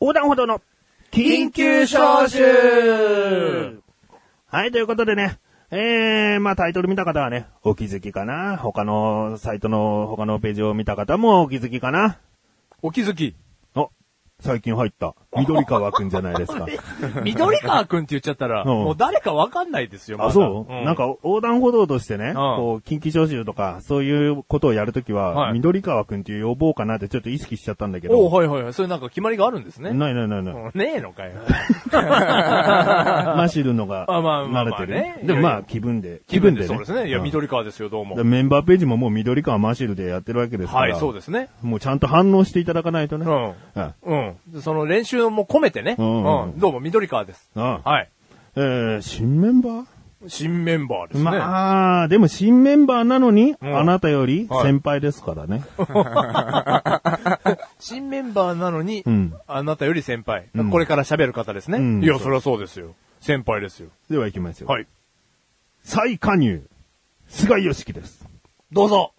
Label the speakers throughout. Speaker 1: 横断歩道の緊急招集はい、ということでね、えー、まあタイトル見た方はね、お気づきかな他のサイトの他のページを見た方もお気づきかな
Speaker 2: お気づき。
Speaker 1: あ、最近入った。緑川くんじゃないです か。
Speaker 2: 緑川くんって言っちゃったら、
Speaker 1: うん
Speaker 2: もう誰かわかんないですよ、まだ
Speaker 1: あ、そう、
Speaker 2: うん
Speaker 1: なんか横断歩道としてね、こう、緊急招集とか、そういうことをやるときは、
Speaker 2: はい
Speaker 1: 緑川くんっていう呼ぼうかなってちょっと意識しちゃったんだけ
Speaker 2: おう
Speaker 1: ど、
Speaker 2: はいはいはい。それなんか決まりがあるんですね。
Speaker 1: ないないない ない。
Speaker 2: うんねえのかよ。
Speaker 1: マシルのが
Speaker 2: あまあまあ
Speaker 1: 慣
Speaker 2: まあ
Speaker 1: れてるね
Speaker 2: ね。
Speaker 1: でも
Speaker 2: い
Speaker 1: ま
Speaker 2: やい
Speaker 1: あ
Speaker 2: や
Speaker 1: 気分で。
Speaker 2: 気分でそうです
Speaker 1: 気分
Speaker 2: ね。いや、
Speaker 1: うん
Speaker 2: 緑川ですよ、どうも
Speaker 1: だから。メンバーページももう緑川マシルでやってるわけですから。
Speaker 2: はい、そうですね。
Speaker 1: もうちゃんと反応していただかないとね。
Speaker 2: う
Speaker 1: うん
Speaker 2: ん。うん。その練習も込めてね。
Speaker 1: うんうんうん
Speaker 2: うん。どうも、緑川です。
Speaker 1: あ
Speaker 2: はい。
Speaker 1: えー新メンバー
Speaker 2: 新メンバーですね。
Speaker 1: まあ、でも新メンバーなのに、
Speaker 2: うん
Speaker 1: あなたより
Speaker 2: はい
Speaker 1: 先輩ですからね。
Speaker 2: 新メンバーなのに、
Speaker 1: うん
Speaker 2: あなたより先輩、
Speaker 1: うん
Speaker 2: これから喋る方ですね。
Speaker 1: うん
Speaker 2: いや、そりゃそうですよ。先輩ですよ。
Speaker 1: では行きますよ。
Speaker 2: はい。
Speaker 1: 再加入、菅義樹です。
Speaker 2: どうぞ。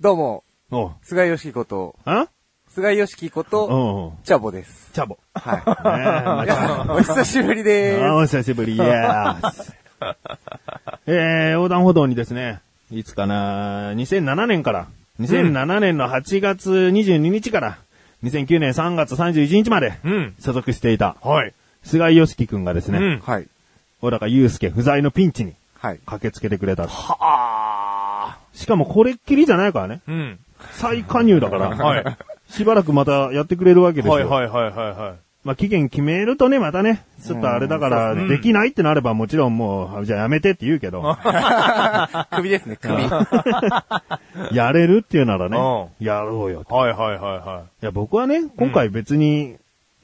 Speaker 3: どうも、
Speaker 1: おう
Speaker 3: 菅義樹こと、
Speaker 1: あ
Speaker 3: 菅義樹こ
Speaker 1: お
Speaker 3: と、
Speaker 1: うおう
Speaker 3: チャボです。
Speaker 1: チャボ。ね
Speaker 3: は
Speaker 1: えまあ
Speaker 3: い。
Speaker 1: チャボ
Speaker 3: お久しぶりで
Speaker 1: あーお久しぶ り、イエーえー、横断歩道にですね、いつかな、2007年から、2007年の8月22日から、2009年3月31日まで、
Speaker 2: うん。
Speaker 1: 所属していた、
Speaker 2: はい。
Speaker 1: 菅井良樹くんがです
Speaker 2: う
Speaker 1: ね、
Speaker 2: ん
Speaker 3: す。。はい。
Speaker 1: 小高祐介不在のピンチに
Speaker 3: はい。
Speaker 1: 駆けつけてくれた。
Speaker 2: はあ。
Speaker 1: しかもこれっきりじゃないからね、
Speaker 2: うん。
Speaker 1: 再加入だから、
Speaker 2: はい。
Speaker 1: しばらくまたやってくれるわけですよ。
Speaker 2: はいはいはいはいは
Speaker 1: まあ、期限決めるとね、またね、ちょっとあれだから、
Speaker 2: うんそうですね
Speaker 1: できないってなればもちろんもう、じゃあやめてって言うけど、
Speaker 3: 首ですね、首。
Speaker 1: やれるっていうならね
Speaker 2: う、
Speaker 1: やろうよと。
Speaker 2: い。はいはいはいはい
Speaker 1: や、僕はね、今回別に、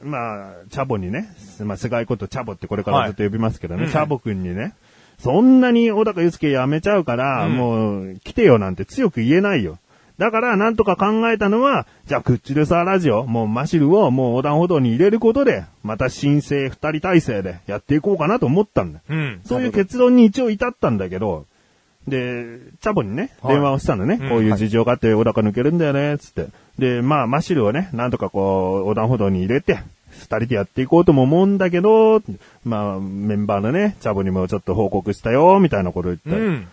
Speaker 1: まあ、チャボにね、まあ、世界ことチャボってこれからずっと呼びますけどね、
Speaker 2: はい
Speaker 1: チャボくんにね、そんなに小高祐介辞めちゃうから、
Speaker 2: うん
Speaker 1: もう、来てよなんて強く言えないよ。だから、なんとか考えたのは、じゃあ、クッチルサーラジオ、もうマシルをもう横断歩道に入れることで、また新生二人体制でやっていこうかなと思ったんだよ。。
Speaker 2: うん。
Speaker 1: そういう結論に一応至ったんだけど、で、チャボにね、
Speaker 2: はい
Speaker 1: 電話をしたのね、
Speaker 2: うん
Speaker 1: こういう事情があって、小高抜けるんだよね、つって。で、まあ、マシルをね、なんとかこう、横断歩道に入れて、二人でやっていこうとも思うんだけど、まあ、メンバーのね、チャボにもちょっと報告したよ、みたいなこと言って。
Speaker 2: うん。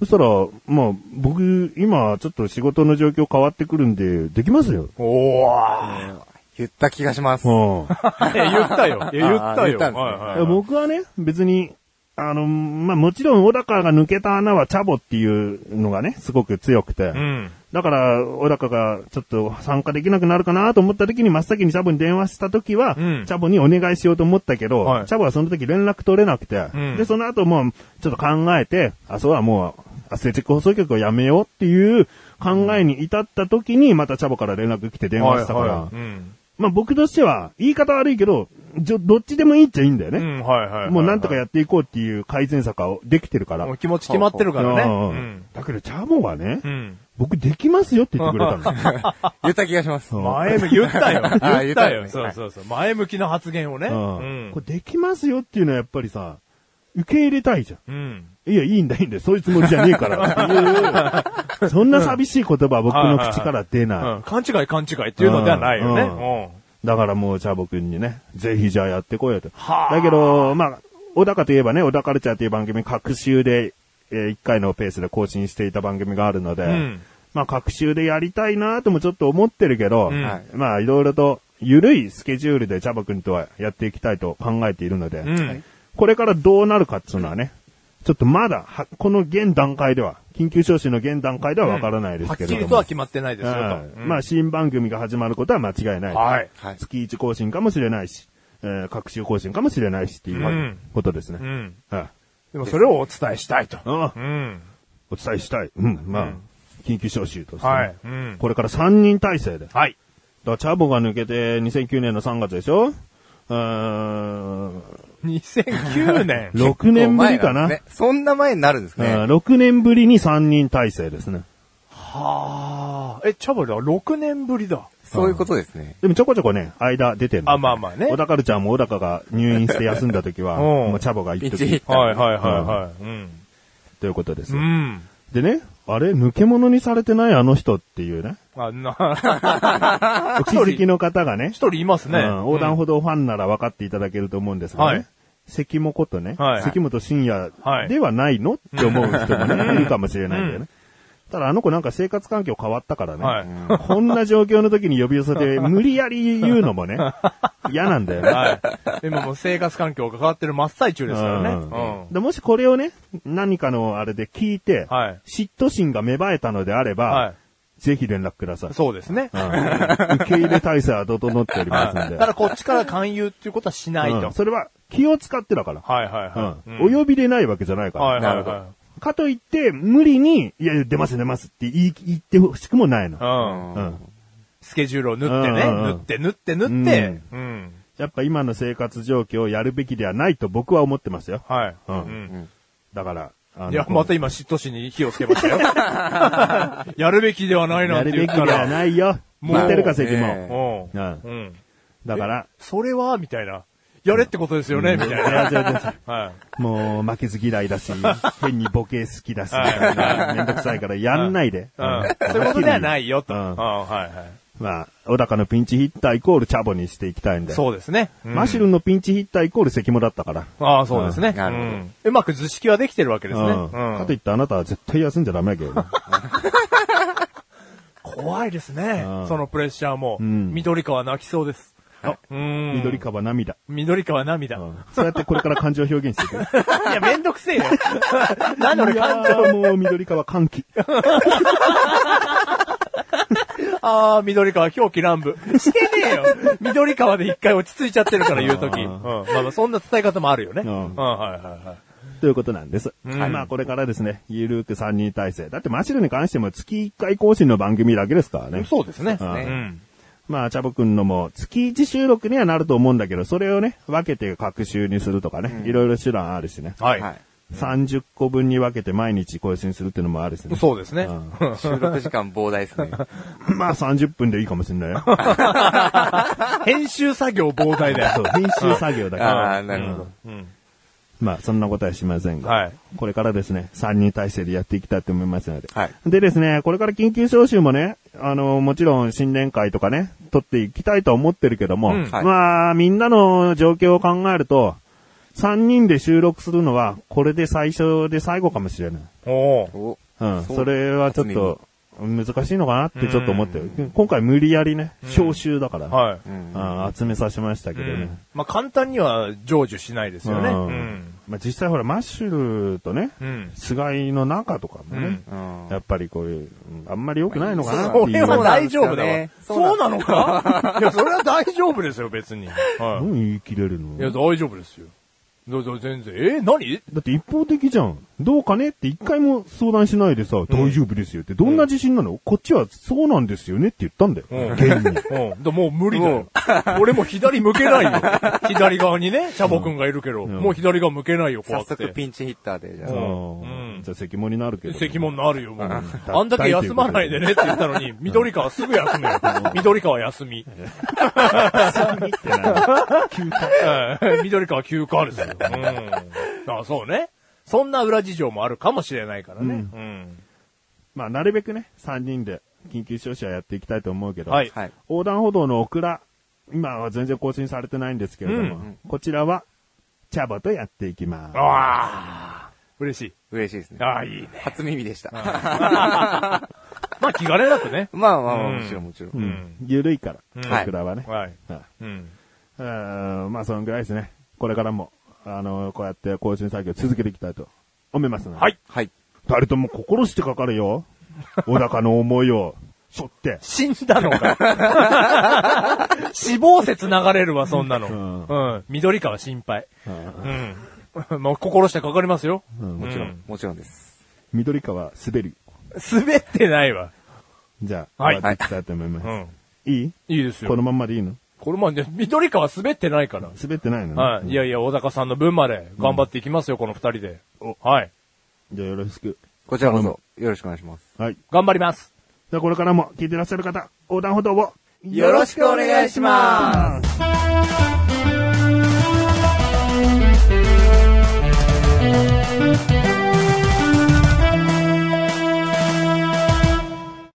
Speaker 1: そしたら、まあ、僕、今、ちょっと仕事の状況変わってくるんで、できますよ。
Speaker 2: おー。
Speaker 3: 言った気がします。
Speaker 1: うん。
Speaker 2: いや言ったよ。いや言ったよ。
Speaker 3: あー言ったんですね
Speaker 2: はいはい
Speaker 1: いや僕はね、別に、あの、まあ、もちろん小高が抜けた穴はチャボっていうのがね、すごく強くて。
Speaker 2: うん。
Speaker 1: だから、小高がちょっと参加できなくなるかなと思った時に真っ先にチャボに電話した時は、
Speaker 2: うん
Speaker 1: チャボにお願いしようと思ったけど、
Speaker 2: はい
Speaker 1: チャボはその時連絡取れなくて、
Speaker 2: うん
Speaker 1: で、その後もうちょっと考えて、あ、そうはもう、アスレチック放送局をやめようっていう考えに至った時に、またチャボから連絡来て電話したから、
Speaker 2: はいはいうん。
Speaker 1: まあ僕としては、言い方悪いけど、じょどっちでもいいっちゃいいんだよね。
Speaker 2: うん、はいはいはいはい。
Speaker 1: もうなんとかやっていこうっていう改善策はできてるから。
Speaker 2: もう気持ち決まってるからね。
Speaker 1: うん
Speaker 2: うん
Speaker 1: だけど、チャボはね、
Speaker 2: うん。
Speaker 1: 僕できますよって言ってくれたの。
Speaker 3: 言った気がします。
Speaker 1: うん
Speaker 2: 前向き、言ったよ。
Speaker 3: あ
Speaker 2: 言
Speaker 3: 言
Speaker 2: っ
Speaker 3: ったたよ
Speaker 2: よ。そうそうそう。前向きな発言をね。
Speaker 1: うん
Speaker 2: う
Speaker 1: これできますよっていうのはやっぱりさ、受け入れたいじゃん。
Speaker 2: ん。
Speaker 1: いや、いいんだ、いいんだ、そういうつもりじゃねえからっていう。そんな寂しい言葉は僕の口から出ない。
Speaker 2: うん。勘違い勘違いっていうのではないよね。
Speaker 1: う
Speaker 2: うんん。
Speaker 1: だからもう、チャボくんにね、ぜひじゃあやってこいよと。
Speaker 2: はあ
Speaker 1: だけど、まあ、小高といえばね、小高カルチャーという番組、各週で、えー一回のペースで更新していた番組があるので、
Speaker 2: うん
Speaker 1: まあ、各週でやりたいなともちょっと思ってるけど、
Speaker 2: うん
Speaker 3: はい
Speaker 1: まあ、いろいろと、ゆるいスケジュールでチャボくんとはやっていきたいと考えているので、
Speaker 2: うん。
Speaker 1: これからどうなるかっていうのはね、ちょっとまだ、はこの現段階では、緊急招集の現段階ではわからないで
Speaker 2: はっ
Speaker 1: すけ
Speaker 2: き
Speaker 1: れども。
Speaker 2: りとは決まってないですよと。
Speaker 1: はい
Speaker 2: うん
Speaker 1: まあ、新番組が始まることは間違いない。
Speaker 2: はい。
Speaker 3: はい。
Speaker 1: 月1更新かもしれないし、えー、各週更新かもしれないしっていううんことですね。
Speaker 2: うん。
Speaker 1: はい
Speaker 2: でもそれをお伝えしたいと。
Speaker 1: あ
Speaker 2: う
Speaker 1: あ
Speaker 2: ん。
Speaker 1: お伝えしたい。うん、まあ、
Speaker 2: うん
Speaker 1: 緊急招集としてね、
Speaker 2: はい。うん。
Speaker 1: これから3人体制で。だか
Speaker 2: はい。
Speaker 1: らチャボが抜けて2009年の3月でしょうーん、。
Speaker 2: 2009年
Speaker 1: 6年 ぶりかな。
Speaker 3: 結構前んですねそんな前になるんです
Speaker 1: うん
Speaker 3: ね。
Speaker 1: 6年ぶりに3人体制ですね。
Speaker 2: はあ。え、チャボだ、6年ぶりだ。
Speaker 3: そういうことですね。
Speaker 1: でもちょこちょこね、間出てる
Speaker 2: あ、まあまあね。
Speaker 1: 小高るちゃんも小高が入院して休んだ時は、
Speaker 2: うん
Speaker 1: もうチャボが行って
Speaker 3: ピンチヒッ
Speaker 1: る
Speaker 3: ター
Speaker 2: はいはいはいはい。うん。
Speaker 1: ということです
Speaker 2: う
Speaker 1: よ。
Speaker 2: ん。
Speaker 1: でね、あれ、抜け物にされてないあの人っていうね。
Speaker 2: あ、な、
Speaker 1: お気づきの方がね、
Speaker 2: 一人いますね。
Speaker 1: うん横断歩道ファンなら分かっていただけると思うんですが
Speaker 2: は
Speaker 1: ね
Speaker 2: い。
Speaker 1: 関もことね、
Speaker 2: はい
Speaker 1: 関本深夜ではないのって思う人も ね、いるかもしれないんだよね。ただあの子なんか生活環境変わったからね、
Speaker 2: はい
Speaker 1: こんな状況の時に呼び寄せて無理やり言うの もね、嫌なんだよね。
Speaker 2: はい。今もう生活環境が変わってる真っ最中ですからね。
Speaker 1: う
Speaker 2: うんん。
Speaker 1: でもしこれをね、何かのあれで聞いて、
Speaker 2: はい
Speaker 1: 嫉妬心が芽生えたのであれば、
Speaker 2: は
Speaker 1: ぜひ連絡ください。
Speaker 2: そうです ね。
Speaker 1: うん受け入れ体制は整っておりま
Speaker 2: は
Speaker 1: すん
Speaker 2: い。
Speaker 1: で。
Speaker 2: ただこっちから勧誘っていうことはしないと。
Speaker 1: うんそれは気を使ってだから。
Speaker 2: はいはいはい。
Speaker 1: うんお呼びでないわけじゃないから。
Speaker 2: はいはい
Speaker 3: なるほ
Speaker 2: は
Speaker 1: かといって、無理に、いや、出ます出ますって言い言ってほしくもないの。
Speaker 2: い。うん。
Speaker 1: うん
Speaker 2: スケジュールを縫ってね。
Speaker 1: うんうんう
Speaker 2: 縫
Speaker 1: ん
Speaker 2: って縫って縫って。うん。
Speaker 1: やっぱ今の生活状況をやるべきではないと僕は思ってますよ。
Speaker 2: はい。
Speaker 1: う
Speaker 2: うんん。
Speaker 1: だから、あの
Speaker 2: いや、また今嫉妬心に火をつけましたよ。 やるべきではないな
Speaker 1: や
Speaker 2: んて
Speaker 1: る
Speaker 2: 言
Speaker 1: べき
Speaker 2: うか
Speaker 1: では
Speaker 2: ら。
Speaker 1: ないよ。
Speaker 2: もう
Speaker 1: 言ってるか、関
Speaker 3: ね
Speaker 1: も。
Speaker 2: うん。
Speaker 1: う。
Speaker 2: うんん。
Speaker 1: だから、
Speaker 2: それはみたいな。やれってことですよねみたいな。はい。
Speaker 1: もう負けず嫌いだ し、変にボケ好きだし、みたいなめんどくさいからやんないで。
Speaker 2: うん。そういうことではないよと。
Speaker 1: う
Speaker 2: うんん。はいは
Speaker 1: まあ、小高のピンチヒッターイコールチャボにしていきたいん
Speaker 2: い。
Speaker 1: で。
Speaker 2: そうですね。うん
Speaker 1: マシュルのピンチヒッターイコール関もだったから。
Speaker 2: ああ、そうですね。
Speaker 3: んなるほど
Speaker 2: うんうまく図式はできてるわけですね。
Speaker 1: うん
Speaker 2: う
Speaker 1: か
Speaker 2: ん
Speaker 1: といってあなたは絶対休んじゃダメだけどね。
Speaker 2: 怖いですね
Speaker 1: うん。
Speaker 2: そのプレッシャーも。
Speaker 1: ん
Speaker 2: 緑川泣きそうです。
Speaker 1: あ
Speaker 2: うん。
Speaker 1: 緑。川涙。
Speaker 2: 緑川涙。
Speaker 1: う
Speaker 2: い
Speaker 1: んそうやってこれから感情を表現していく。
Speaker 2: や、めんどく せえよ。 なんで俺
Speaker 1: いや
Speaker 2: 感
Speaker 1: ー
Speaker 2: 情。
Speaker 1: もう緑川歓喜。
Speaker 2: ああ、緑川狂気乱舞。してねえよ。緑川で一回落ち着いちゃってるから言うとき。うん。まあまあ、そんな伝え方もあるよね。
Speaker 1: う
Speaker 2: うんん。はいはいはい。
Speaker 1: ということなんです。はいまあこれからですね、ゆるく3人体制。だってマシルに関しても月1回更新の番組だけですからね。
Speaker 2: そうですね。
Speaker 1: う
Speaker 2: うんん。
Speaker 1: まあ、チャボくんのも月1収録にはなると思うんだけど、それをね、分けて各週にするとかね、いろいろ手段あるしね。
Speaker 2: は。
Speaker 3: はい
Speaker 1: 30個分に分けて毎日更新するっていうのもあるしね。
Speaker 2: そうですね。
Speaker 3: い。収録時間膨大で すね。
Speaker 1: まあ30分でいいかもしんない よ。
Speaker 2: 編集作業膨大 だ
Speaker 1: そう
Speaker 2: よ。
Speaker 1: 編集作業だ から。
Speaker 3: ああ、なるほど。
Speaker 2: うん。
Speaker 1: まあ、そんなことはしませんが、
Speaker 2: はい
Speaker 1: これからですね、3人体制でやっていきたいと思いますので。
Speaker 3: はい
Speaker 1: でですね、これから緊急招集もね、あの、もちろん新年会とかね、取っていきたいとは思ってるけども、
Speaker 2: うん
Speaker 3: はい
Speaker 1: まあ、みんなの状況を考えると、3人で収録するのは、これで最初で最後かもしれない。
Speaker 2: おー
Speaker 3: お
Speaker 1: うん、そ
Speaker 3: そう
Speaker 1: れはちょっと、難しいのかなってちょっと思ってる。今回無理やりね、招集だから、
Speaker 2: はい。
Speaker 1: あ集めさせましたけどね。
Speaker 2: うんまあ簡単には成就しないですよね。
Speaker 1: うん
Speaker 2: うん。
Speaker 1: まあ、実際ほら、マッシュルとね、
Speaker 2: うん。
Speaker 1: 菅井の中とかもね、
Speaker 3: うん
Speaker 1: やっぱりこういう、うんあんまり良くないのかなって
Speaker 2: そ
Speaker 1: い
Speaker 2: れ
Speaker 1: う。
Speaker 2: は大丈夫だわ。
Speaker 3: そ
Speaker 2: そう
Speaker 3: う
Speaker 2: なのかいや、それは大丈夫ですよ、別に。
Speaker 1: な
Speaker 2: は
Speaker 1: ん言い切れるの
Speaker 2: い。いや、大丈夫ですよ。だだ全然。え、何
Speaker 1: だって一方的じゃん。どうかねって一回も相談しないでさ、大丈夫ですよって。どんな自信なのこっちはそうなんですよねって言ったんだよ。
Speaker 2: うん
Speaker 1: 現 に。
Speaker 2: うん。だもう無理だよ。俺も左向けないよ。左側にね、チャボくんがいるけど、
Speaker 1: ん
Speaker 2: もう左側向けないよ、怖
Speaker 3: 早
Speaker 2: く
Speaker 3: 速
Speaker 2: て。
Speaker 3: ピンチヒッターで、じゃあ。
Speaker 1: うんじゃあ、関門になるけど。
Speaker 2: 責問のあるよ、もう。
Speaker 1: ん
Speaker 2: あんだけ休まないでねって言ったのに、緑川すぐ休むよ。緑川休み。
Speaker 1: ってなる
Speaker 2: うん緑川休暇ですよ。うん。あそうね。そんな裏事情もあるかもしれないからね。うん。
Speaker 1: まあ、なるべくね、3人で緊急招集はやっていきたいと思うけど、
Speaker 2: はい。
Speaker 3: はい。
Speaker 1: 横断歩道のオクラ、今は全然更新されてないんですけれども、
Speaker 2: う
Speaker 1: こちらは、チャボとやっていきます。
Speaker 2: ああ。嬉しい。
Speaker 3: 嬉しいですね。
Speaker 2: ああ、いいね。
Speaker 3: 初耳でした。。
Speaker 2: まあ、気兼ねなくね
Speaker 3: まあまあまあ、もちろんもちろ。
Speaker 1: うんん。ゆるいから、
Speaker 3: はい
Speaker 1: オクラはね。
Speaker 2: はい。
Speaker 1: はい
Speaker 2: うん。
Speaker 1: うんまあ、そのぐらいですね。これからも、あの、こうやって更新作業続けていきたいと思いますので。
Speaker 2: はい
Speaker 3: はい。
Speaker 1: 二人とも心してかかれよ。小高の思いを、しょって。
Speaker 2: 死んだのか。死亡説流れるわ、そんなの。うん。緑川心配。うん。まあ、心してかかりますよ。
Speaker 1: うん
Speaker 3: もちろ、
Speaker 2: うん
Speaker 3: もちろんです。
Speaker 1: 緑川、滑る。
Speaker 2: 滑ってないわ。
Speaker 1: じゃあ、
Speaker 2: はい
Speaker 1: 終わっていきたいと思います。
Speaker 2: うん。
Speaker 1: いい
Speaker 2: いいです
Speaker 1: こ
Speaker 2: よ
Speaker 1: の。まんまでいいの
Speaker 2: これまで、緑川滑ってないから。
Speaker 1: 滑ってないのね
Speaker 2: はい。いやいや、小高さんの分まで頑張っていきますよ、この二人で。はい。
Speaker 1: じゃあよろしく。
Speaker 3: こちらこそ、よろしくお願いします。
Speaker 1: はい。
Speaker 2: 頑張ります。
Speaker 1: じゃあこれからも聞いてらっしゃる方、横断歩道を。
Speaker 3: よろしくお願いします